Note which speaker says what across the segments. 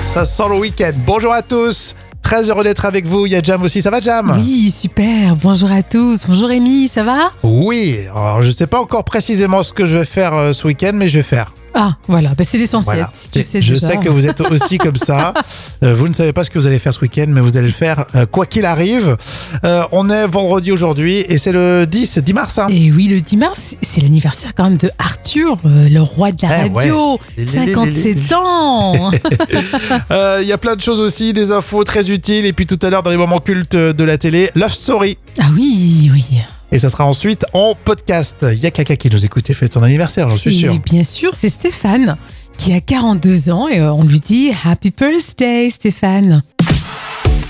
Speaker 1: ça sent le week-end. Bonjour à tous. Très heureux d'être avec vous. Il y a Jam aussi. Ça va, Jam
Speaker 2: Oui, super. Bonjour à tous. Bonjour Rémi, ça va
Speaker 1: Oui. Alors, je ne sais pas encore précisément ce que je vais faire euh, ce week-end, mais je vais faire.
Speaker 2: Ah, voilà, bah, c'est l'essentiel.
Speaker 1: Voilà.
Speaker 2: Si tu sais
Speaker 1: je
Speaker 2: déjà.
Speaker 1: sais que vous êtes aussi comme ça. Euh, vous ne savez pas ce que vous allez faire ce week-end, mais vous allez le faire euh, quoi qu'il arrive. Euh, on est vendredi aujourd'hui et c'est le 10, 10 mars. hein.
Speaker 2: Et oui, le 10 mars, c'est l'anniversaire quand même de Arthur, euh, le roi de la
Speaker 1: Eh
Speaker 2: radio.
Speaker 1: ouais.
Speaker 2: 57 ans.
Speaker 1: Euh, Il y a plein de choses aussi, des infos très utiles. Et puis tout à l'heure, dans les moments cultes de la télé, Love Story.
Speaker 2: Ah oui, oui.
Speaker 1: Et ça sera ensuite en podcast. Il y a Kaka qui nous écoute et fête son anniversaire, j'en suis
Speaker 2: Et
Speaker 1: sûr.
Speaker 2: bien sûr, c'est Stéphane qui a 42 ans et euh, on lui dit Happy Birthday, Stéphane.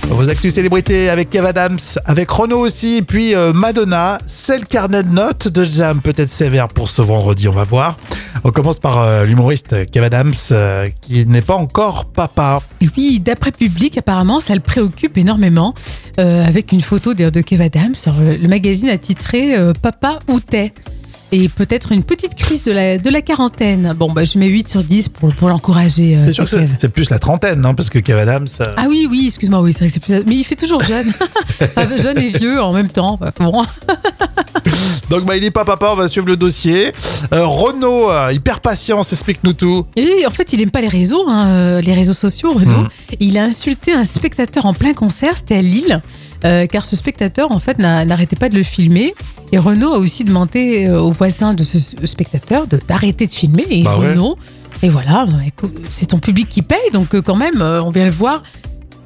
Speaker 1: Vos actus célébrités avec Kev Adams, avec Renaud aussi, puis euh, Madonna. C'est le carnet de notes de Jam, peut-être sévère pour ce vendredi, on va voir. On commence par euh, l'humoriste Kev Adams, euh, qui n'est pas encore papa.
Speaker 2: Et oui, d'après public, apparemment, ça le préoccupe énormément. Euh, avec une photo d'ailleurs de Kev Adams, sur le le magazine attitré euh, Papa où t'es Et peut-être une petite crise de la, de la quarantaine. Bon, bah, je mets 8 sur 10 pour, pour l'encourager. euh,
Speaker 1: C'est sûr que
Speaker 2: ce
Speaker 1: c'est
Speaker 2: Kev.
Speaker 1: c'est plus la trentaine, non Parce que Kev Adams, euh,
Speaker 2: Ah oui, oui, excuse-moi, oui, c'est vrai que c'est plus. Mais il fait toujours jeune. Enfin, jeune et vieux en même temps. Enfin, bon.
Speaker 1: Donc bah, il est pas papa, on va suivre le dossier. Euh, Renaud, euh, hyper patience, explique-nous tout.
Speaker 2: Et en fait, il aime pas les réseaux, hein, euh, les réseaux sociaux,
Speaker 1: Mhm.
Speaker 2: Renaud. Il a insulté un spectateur en plein concert, c'était à Lille, euh, car ce spectateur, en fait, n'a- n'arrêtait pas de le filmer. Et Renaud a aussi demandé euh, aux voisins de ce s- spectateur de- d'arrêter de, filmer. Et
Speaker 1: Bah ouais.
Speaker 2: Renaud, et voilà, bah, écoute, c'est ton public qui paye, donc euh, quand même, euh, on vient le voir.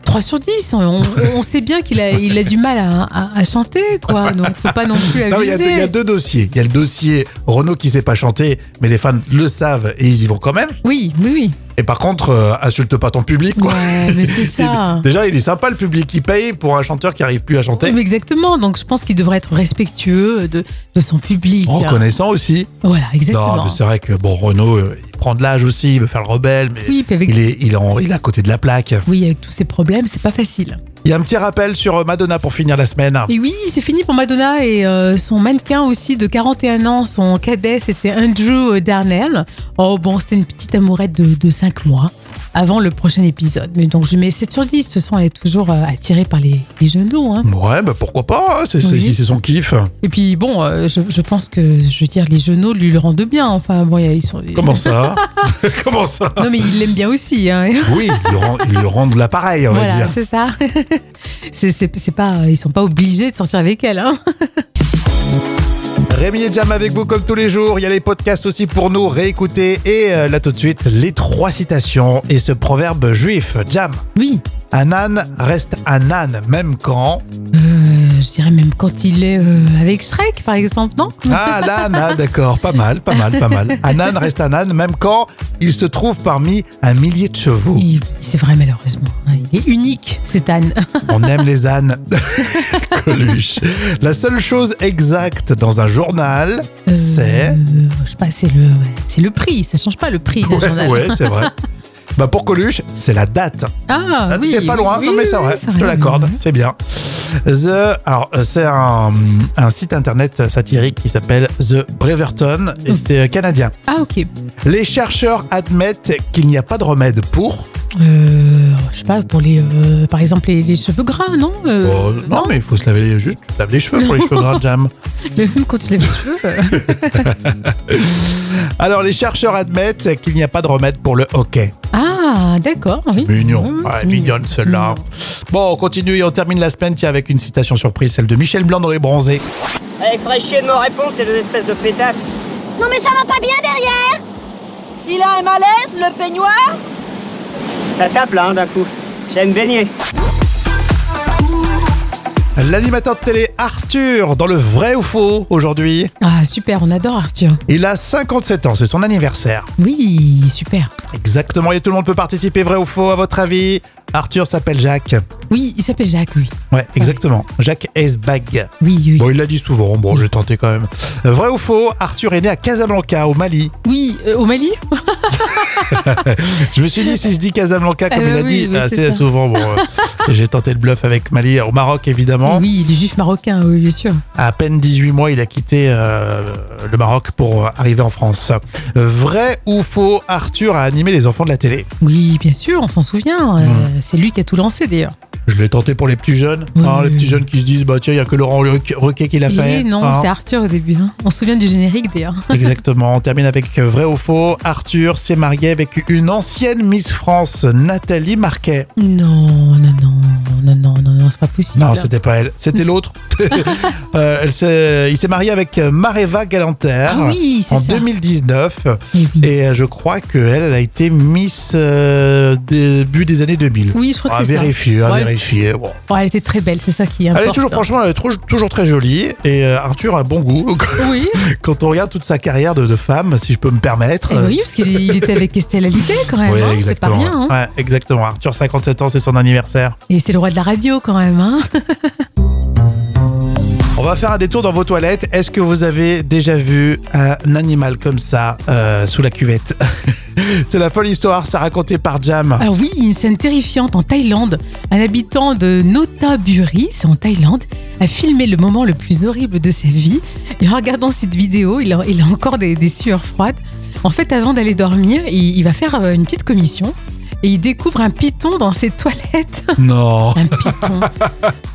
Speaker 2: 3 sur 10, on, on- on sait bien qu'il a, il a du mal à, à- à chanter, quoi. Donc, faut pas non plus abuser.
Speaker 1: Non, mais il y a deux- il y, a deux dossiers. Il y a le dossier Renaud qui sait pas chanter, mais les fans le savent et ils y vont quand même.
Speaker 2: Oui, oui, oui.
Speaker 1: Et par contre, euh, insulte pas ton public, quoi.
Speaker 2: Ouais, mais c'est ça.
Speaker 1: Il- Déjà, il est sympa le public qui paye pour un chanteur qui arrive plus à chanter.
Speaker 2: Oui, exactement. Donc, je pense qu'il devrait être respectueux de, de son public.
Speaker 1: Oh, Reconnaissant aussi.
Speaker 2: Voilà, exactement.
Speaker 1: Non, mais c'est vrai que bon, Renaud, euh, il prend de l'âge aussi, il veut faire le rebelle, mais
Speaker 2: oui, puis avec,
Speaker 1: il, est, il, est en- il est à côté de la plaque.
Speaker 2: oui, avec tous ces problèmes, c'est pas facile.
Speaker 1: Il y a un petit rappel sur euh, Madonna pour finir la semaine.
Speaker 2: Et oui, c'est fini pour Madonna et euh, son mannequin aussi de 41 ans, son cadet, c'était Andrew Darnell. Oh bon, c'était une petite amourette de, de 5 mois avant le prochain épisode. Mais donc, je mets 7 sur 10. De toute façon, elle est toujours euh, attirée par les, les jeunes gens, hein.
Speaker 1: Ouais, bah pourquoi pas, hein, c'est- c'est-
Speaker 2: Oui.
Speaker 1: si c'est son kiff.
Speaker 2: Et puis, bon, euh, je, je pense que, je veux dire, les genoux lui le rendent bien. Enfin, bon, ils sont.
Speaker 1: Comment ça Comment ça
Speaker 2: Non, mais il l'aime bien aussi. Hein.
Speaker 1: Oui, ils lui rendent- ils lui rendent l'appareil, on va
Speaker 2: Voilà,
Speaker 1: dire.
Speaker 2: c'est ça. c'est, c'est- c'est pas, euh, ils sont pas obligés de sortir avec elle. Hein.
Speaker 1: Rémi et Jam avec vous comme tous les jours. Il y a les podcasts aussi pour nous réécouter. Et euh, là tout de suite, les trois citations et ce proverbe juif. Jam,
Speaker 2: Oui,
Speaker 1: un âne reste un âne même quand.
Speaker 2: euh, je dirais même quand il est euh, avec Shrek, par exemple, non
Speaker 1: Ah l'âne, ah, d'accord, pas mal, pas mal, pas mal. Un âne reste un âne même quand il se trouve parmi un millier de chevaux.
Speaker 2: Et C'est vrai, malheureusement. Il est unique, cette âne.
Speaker 1: On aime les ânes. Coluche. La seule chose exacte dans un journal,
Speaker 2: Euh,
Speaker 1: c'est.
Speaker 2: Je sais pas, c'est le, c'est le prix. Ça change pas le prix d'un
Speaker 1: Ouais,
Speaker 2: journal.
Speaker 1: ouais, c'est vrai. Bah pour Coluche, c'est la date.
Speaker 2: Ah,
Speaker 1: Ah,
Speaker 2: oui.
Speaker 1: t'es pas
Speaker 2: oui,
Speaker 1: loin,
Speaker 2: oui,
Speaker 1: non mais c'est
Speaker 2: oui,
Speaker 1: vrai, je te l'accorde, c'est bien. The, alors euh, c'est un, un site internet satirique qui s'appelle The Breverton et
Speaker 2: Mm.
Speaker 1: c'est euh, canadien.
Speaker 2: Ah, ok.
Speaker 1: Les chercheurs admettent qu'il n'y a pas de remède pour.
Speaker 2: Euh, je sais pas, pour les, euh, par exemple, les, les cheveux gras, non Euh,
Speaker 1: Oh, non, mais il faut se laver les, juste tu te laves les cheveux pour les cheveux gras jam.
Speaker 2: Mais même quand tu lèves les cheveux. euh,
Speaker 1: Alors les chercheurs admettent qu'il n'y a pas de remède pour le hockey.
Speaker 2: Ah, d'accord, oui.
Speaker 1: Mignon,
Speaker 2: Oui, oui,
Speaker 1: Ouais,
Speaker 2: c'est
Speaker 1: mignonne
Speaker 2: mignon, c'est
Speaker 1: celle-là.
Speaker 2: mignon.
Speaker 1: Bon, on continue et on termine la semaine tiens, avec une citation surprise, celle de Michel Blanc dans Les Bronzés.
Speaker 3: Allez, faudrait chier de me répondre, ces deux espèces de pétasses.
Speaker 4: Non mais ça va pas bien derrière Il a un malaise, le peignoir
Speaker 3: Ça tape là, hein, d'un coup. J'aime baigner.
Speaker 1: L'animateur de télé Arthur dans Le Vrai ou Faux aujourd'hui.
Speaker 2: Ah, super, on adore Arthur.
Speaker 1: Il a 57 ans, c'est son anniversaire.
Speaker 2: Oui, super.
Speaker 1: Exactement, et tout le monde peut participer, vrai ou faux, à votre avis Arthur s'appelle Jacques.
Speaker 2: Oui, il s'appelle Jacques, oui.
Speaker 1: Ouais, exactement. Jacques Esbag.
Speaker 2: Oui, oui.
Speaker 1: Bon, il l'a dit souvent, bon, j'ai tenté quand même. Vrai ou faux, Arthur est né à Casablanca, au Mali.
Speaker 2: Oui, euh, au Mali
Speaker 1: je me suis dit, si je dis Casablanca, comme
Speaker 2: Eh ben
Speaker 1: il a
Speaker 2: oui,
Speaker 1: dit
Speaker 2: oui,
Speaker 1: assez
Speaker 2: c'est ça.
Speaker 1: souvent, bon, euh, j'ai tenté le bluff avec Mali au Maroc, évidemment.
Speaker 2: Oui, il est juif marocain, oui, bien sûr.
Speaker 1: À peine 18 mois, il a quitté euh, le Maroc pour euh, arriver en France. Euh, Vrai ou faux, Arthur a animé les enfants de la télé.
Speaker 2: Oui, bien sûr, on s'en souvient. euh,
Speaker 1: Hmm.
Speaker 2: C'est lui qui a tout lancé d'ailleurs.
Speaker 1: Je l'ai tenté pour les petits jeunes,
Speaker 2: Oui.
Speaker 1: hein, les petits jeunes qui se disent, bah tiens, il n'y a que Laurent Ruqu- Ruquet qui l'a fait.
Speaker 2: Et Eh non,
Speaker 1: hein.
Speaker 2: c'est Arthur au début. hein. On se souvient du générique d'ailleurs.
Speaker 1: Exactement. On termine avec vrai ou faux. Arthur s'est marié avec une ancienne Miss France, Nathalie Marquet.
Speaker 2: Non, non, non, non, non, non, non, c'est pas possible.
Speaker 1: Non, c'était pas elle, c'était l'autre. Euh, elle s'est- il s'est marié avec Mareva Galanter
Speaker 2: Ah oui, c'est
Speaker 1: en
Speaker 2: ça.
Speaker 1: 2019.
Speaker 2: Eh oui.
Speaker 1: Et euh, je crois qu'elle elle a été Miss euh, début des années 2000.
Speaker 2: Oui, je crois que
Speaker 1: à
Speaker 2: c'est ça.
Speaker 1: vérifier, à
Speaker 2: Ouais.
Speaker 1: vérifier. Bon.
Speaker 2: Bon, elle était très belle, c'est ça qui importe.
Speaker 1: ah, Elle est toujours, franchement, elle est trou- toujours très jolie. Et euh, Arthur a bon goût.
Speaker 2: Oui,
Speaker 1: Quand on regarde toute sa carrière de, de femme, si je peux me permettre.
Speaker 2: eh oui, parce qu'il il était avec Estelle Hallyday quand même.
Speaker 1: Oui,
Speaker 2: hein, c'est pas
Speaker 1: exactement. Ah.
Speaker 2: rien. hein.
Speaker 1: Ouais, exactement. Arthur, 57 ans, c'est son anniversaire.
Speaker 2: Et c'est le roi de la radio quand même. hein.
Speaker 1: On va faire un détour dans vos toilettes. Est-ce que vous avez déjà vu euh, un animal comme ça euh, sous la cuvette C'est la folle histoire, ça racontée par Jam.
Speaker 2: Alors Ah oui, une scène terrifiante en Thaïlande. Un habitant de Notaburi, c'est en Thaïlande, a filmé le moment le plus horrible de sa vie. Et en regardant cette vidéo, il a, il a encore des, des sueurs froides. En fait, avant d'aller dormir, il, il va faire euh, une petite commission. Et il découvre un python dans ses toilettes.
Speaker 1: Non.
Speaker 2: Un python.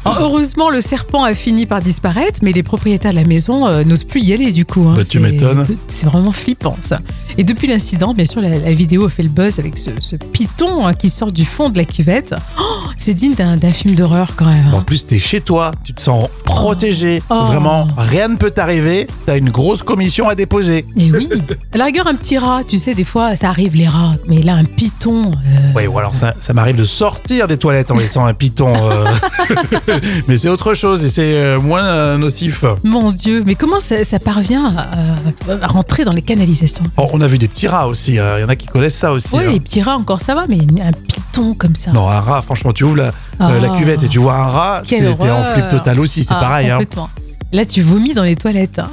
Speaker 2: Alors, heureusement, le serpent a fini par disparaître, mais les propriétaires de la maison euh, n'osent plus y aller du coup. hein.
Speaker 1: Bah, tu
Speaker 2: C'est-
Speaker 1: m'étonnes.
Speaker 2: C'est vraiment flippant ça. Et depuis l'incident, bien sûr, la, la vidéo a fait le buzz avec ce, ce python hein, qui sort du fond de la cuvette. Oh, c'est digne d'un d'un film d'horreur quand même. hein.
Speaker 1: En plus, t'es chez toi, tu te sens protégé.
Speaker 2: Oh.
Speaker 1: Vraiment, rien ne peut t'arriver. T'as une grosse commission à déposer.
Speaker 2: Mais oui. À la rigueur, un petit rat, tu sais, des fois, ça arrive les rats. Mais là, un python. euh,
Speaker 1: Oui, ou alors ça, ça m'arrive de sortir des toilettes en laissant un piton. euh. Mais c'est autre chose et c'est euh, moins euh, nocif.
Speaker 2: Mon Dieu, mais comment ça, ça parvient à, à- à rentrer dans les canalisations
Speaker 1: Oh, on a vu des petits rats aussi. hein. Il y en a qui connaissent ça aussi.
Speaker 2: Oui,
Speaker 1: hein.
Speaker 2: les petits rats encore, ça va, mais un python comme ça.
Speaker 1: Non, un rat, franchement, tu ouvres la,
Speaker 2: Ah.
Speaker 1: euh, la cuvette et tu vois un rat, t'es
Speaker 2: Quelle
Speaker 1: t'es en
Speaker 2: horreur.
Speaker 1: flip total aussi, c'est
Speaker 2: Ah,
Speaker 1: pareil. Hein.
Speaker 2: complètement. Là, tu vomis dans les toilettes. hein.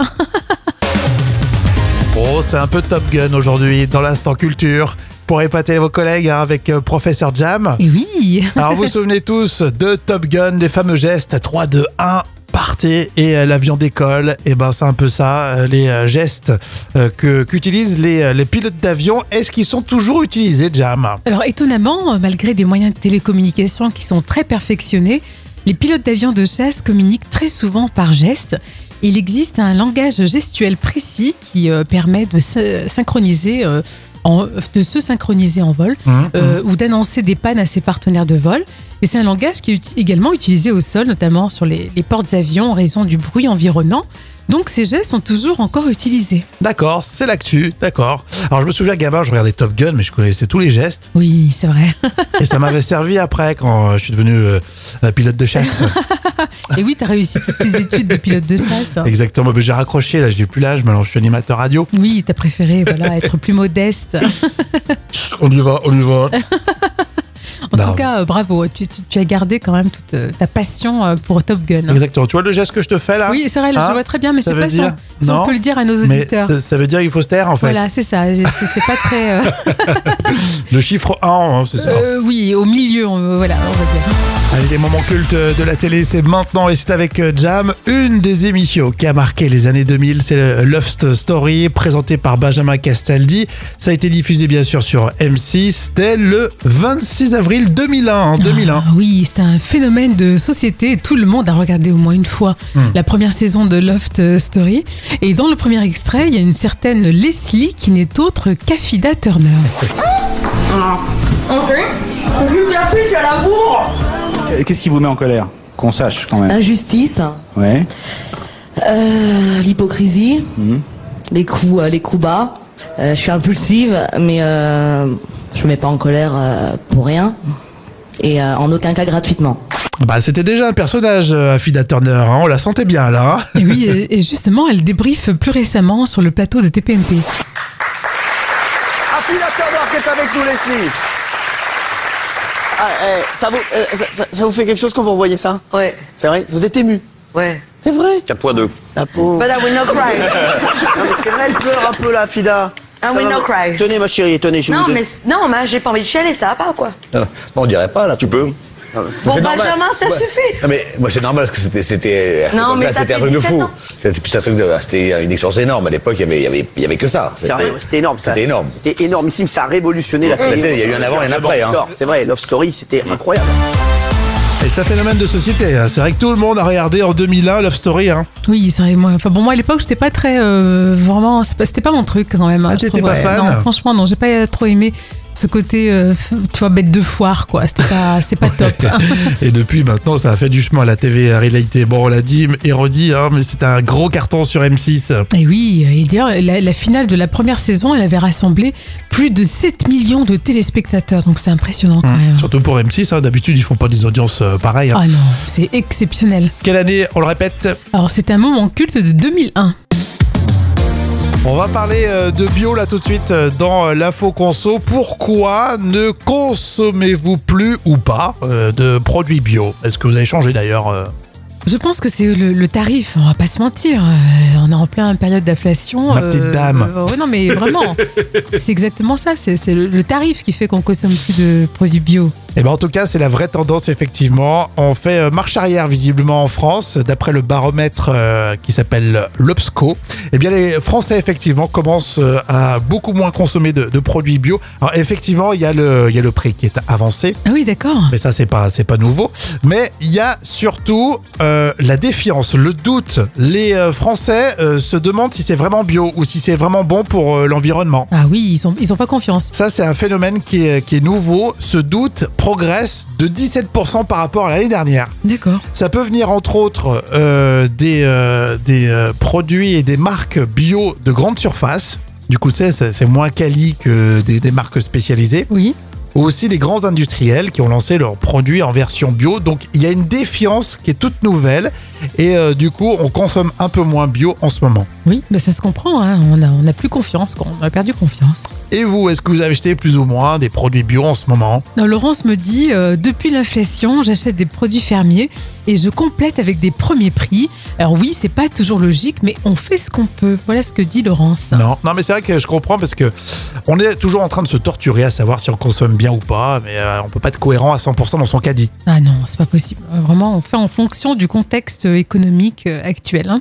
Speaker 1: Oh, c'est un peu Top Gun aujourd'hui, dans l'instant culture, pour épater vos collègues hein, avec euh, Professeur Jam.
Speaker 2: Et Eh oui
Speaker 1: Alors, vous vous souvenez tous de Top Gun, des fameux gestes 3, 2, 1. Partez et euh, l'avion décolle, et ben c'est un peu ça, euh, les euh, gestes euh, que qu'utilisent les, euh, les pilotes d'avion. Est-ce qu'ils sont toujours utilisés, Jam
Speaker 2: Alors, étonnamment, euh, malgré des moyens de télécommunication qui sont très perfectionnés, les pilotes d'avions de chasse communiquent très souvent par gestes. Il existe un langage gestuel précis qui euh, permet de sy- synchroniser, euh, en- de se synchroniser en vol
Speaker 1: Hum,
Speaker 2: euh, ou d'annoncer des pannes à ses partenaires de vol. Et c'est un langage qui est uti- également utilisé au sol, notamment sur les, les portes-avions en raison du bruit environnant. Donc, ces gestes sont toujours encore utilisés.
Speaker 1: D'accord, c'est l'actu, d'accord. Alors je me souviens, gamin, je regardais Top Gun, mais je connaissais tous les gestes.
Speaker 2: Oui, c'est vrai.
Speaker 1: Et ça m'avait servi après quand euh, je suis devenu euh, euh, pilote de chasse.
Speaker 2: Et oui, t'as réussi toutes tes études de pilote de chasse. hein.
Speaker 1: Exactement. Mais J'ai raccroché, là, j'ai plus l'âge, mais alors je suis animateur radio.
Speaker 2: Oui, t'as préféré voilà, être plus modeste.
Speaker 1: On y va, on y va.
Speaker 2: En
Speaker 1: Non.
Speaker 2: tout cas, euh, bravo, tu, tu- tu as gardé quand même toute euh, ta passion euh, pour Top Gun.
Speaker 1: Exactement. Tu vois le geste que je te fais là
Speaker 2: Oui, c'est vrai, là,
Speaker 1: Hein
Speaker 2: je vois très bien, mais je
Speaker 1: Ça
Speaker 2: sais
Speaker 1: veut
Speaker 2: pas si on,
Speaker 1: dire-
Speaker 2: si on
Speaker 1: Non,
Speaker 2: peut le dire à nos
Speaker 1: Mais
Speaker 2: auditeurs.
Speaker 1: ça, ça veut dire qu'il faut se taire en fait.
Speaker 2: Voilà, c'est ça, j'ai- c'est c'est pas très... euh,
Speaker 1: Le chiffre 1, hein, c'est ça.
Speaker 2: euh, oui, au milieu, on- euh, voilà, on va dire.
Speaker 1: Allez, les moments cultes de la télé, c'est maintenant et c'est avec euh, Jam. Une des émissions qui a marqué les années 2000, c'est euh, Love Story, présenté par Benjamin Castaldi. Ça a été diffusé bien sûr sur M6 dès le 26 avril 2001. En 2001.
Speaker 2: Ah oui, c'est un phénomène de société. Tout le monde a regardé au moins une fois
Speaker 1: Hmm.
Speaker 2: la première saison de Loft euh, Story. Et dans le premier extrait, il y a une certaine Leslie qui n'est autre qu'Afida Turner.
Speaker 5: Ok. Je café, je suis à la bourre.
Speaker 6: Et Euh, Qu'est-ce qui vous met en colère Qu'on sache quand même.
Speaker 7: Injustice,
Speaker 6: Ouais.
Speaker 7: euh, l'hypocrisie, les coups, euh, les coups bas. Euh, je suis impulsive, mais euh, je me mets pas en colère euh, pour rien et euh, en aucun cas gratuitement.
Speaker 1: Bah, c'était déjà un personnage, euh, Afida Turner. hein, on la sentait bien là. hein.
Speaker 2: Et oui, et- et justement, elle débriefe plus récemment sur le plateau de TPMP.
Speaker 8: Affilateur Turner qui est avec nous, Leslie. Ah, eh, ça, vous, euh, ça, ça- ça vous fait quelque chose quand vous revoyez ça
Speaker 9: Ouais,
Speaker 8: C'est vrai Vous êtes ému
Speaker 9: ouais.
Speaker 8: C'est vrai
Speaker 10: Quatre poids deux.
Speaker 8: La pauvre.
Speaker 9: But I will not cry.
Speaker 8: Non, mais c'est vrai, elle pleure un peu, là, Fida.
Speaker 7: Ah oui, no cry.
Speaker 8: Tenez, ma chérie, tenez, je vous
Speaker 7: Non,
Speaker 8: donne.
Speaker 7: mais non, mais j'ai pas envie de chialer, ça va pas quoi.
Speaker 9: Non, on dirait pas, là, tu peux.
Speaker 7: Bon,
Speaker 9: C'est normal.
Speaker 7: Benjamin, ça
Speaker 9: Ouais.
Speaker 7: suffit.
Speaker 9: Non, mais moi, c'est normal parce que c'était. c'était à cette
Speaker 7: Non, mais
Speaker 9: époque-là,
Speaker 7: ça
Speaker 9: c'était un
Speaker 7: fait
Speaker 9: truc de
Speaker 7: 17
Speaker 9: fou.
Speaker 7: ans.
Speaker 9: C'était plus un truc de. C'était une expérience énorme. À l'époque, il y avait- il y avait, il y avait que ça.
Speaker 8: C'est vrai, C'était énorme, ça.
Speaker 9: C'était énorme.
Speaker 8: C'était énormissime, ça a révolutionné la télé.
Speaker 9: télé, il y a eu un avant et un après, hein.
Speaker 8: C'est vrai, Love Story, c'était incroyable.
Speaker 1: Et c'est un phénomène de société. hein. C'est vrai que tout le monde a regardé en 2001 Love Story. Hein.
Speaker 2: Oui, c'est vrai, moi, enfin bon, moi à l'époque, j'étais pas très euh, vraiment, c'est pas- c'était pas mon truc quand même. hein,
Speaker 1: Ah,
Speaker 2: je
Speaker 1: t'étais
Speaker 2: trouve,
Speaker 1: pas
Speaker 2: ouais.
Speaker 1: fan
Speaker 2: Non, franchement, non, j'ai pas trop aimé ce côté, euh, tu vois, bête de foire, quoi. C'était pas, c'était pas top.
Speaker 1: Et depuis maintenant, ça a fait du chemin à la TV réalité. Bon, on l'a dit et redit, hein, mais c'est un gros carton sur M6.
Speaker 2: Et oui, et d'ailleurs, la, la finale de la première saison, elle avait rassemblé plus de 7 millions de téléspectateurs, donc c'est impressionnant quand même.
Speaker 1: Surtout pour M6, hein. d'habitude ils font pas des audiences euh, pareilles. hein.
Speaker 2: Ah non, c'est exceptionnel.
Speaker 1: Quelle année On le répète.
Speaker 2: Alors, c'est un moment culte de 2001.
Speaker 1: On va parler euh, de bio là tout de suite euh, dans euh, l'info conso. Pourquoi ne consommez-vous plus ou pas euh, de produits bio Est-ce que vous avez changé d'ailleurs euh
Speaker 2: Je pense que c'est le, le tarif, on va pas se mentir. Euh, on est en plein période d'inflation.
Speaker 1: Ma petite dame.
Speaker 2: euh, ouais, non, mais vraiment, c'est exactement ça. C'est c'est le, le tarif qui fait qu'on consomme plus de produits bio.
Speaker 1: Eh ben en tout cas, c'est la vraie tendance effectivement. On fait euh, marche arrière visiblement en France, d'après le baromètre euh, qui s'appelle l'Obsco. Eh bien, les Français effectivement commencent euh, à beaucoup moins consommer de, de produits bio. Alors effectivement, il y a le il y a le prix qui est avancé,
Speaker 2: Ah oui, d'accord.
Speaker 1: mais ça c'est pas c'est pas nouveau. Mais il y a surtout euh, la défiance, le doute. Les euh, Français euh, se demandent si c'est vraiment bio ou si c'est vraiment bon pour euh, l'environnement.
Speaker 2: Ah oui, ils ont, ils ont pas confiance.
Speaker 1: Ça, c'est un phénomène qui est, qui est nouveau. Ce doute progresse de 17% par rapport à l'année dernière.
Speaker 2: D'accord.
Speaker 1: Ça peut venir entre autres euh, des, euh, des euh, produits et des marques bio de grande surface. Du coup, c'est- c'est c'est moins quali que des, des marques spécialisées.
Speaker 2: Oui.
Speaker 1: Ou aussi des grands industriels qui ont lancé leurs produits en version bio. Donc, il y a une défiance qui est toute nouvelle. Et euh, du coup, on consomme un peu moins bio en ce moment.
Speaker 2: Oui, mais ça se comprend. hein. On, a, on a plus confiance, quoi. on a perdu confiance.
Speaker 1: Et vous, est-ce que vous achetez plus ou moins des produits bio en ce moment
Speaker 2: Non, Laurence me dit euh, depuis l'inflation, j'achète des produits fermiers et je complète avec des premiers prix. Alors oui, c'est pas toujours logique, mais on fait ce qu'on peut. Voilà ce que dit Laurence.
Speaker 1: Non, non, mais c'est vrai que je comprends parce que on est toujours en train de se torturer à savoir si on consomme bien ou pas, mais euh, on peut pas être cohérent à 100% dans son caddie.
Speaker 2: Ah non, c'est pas possible. Euh, Vraiment, on fait en fonction du contexte économique euh, actuel. hein.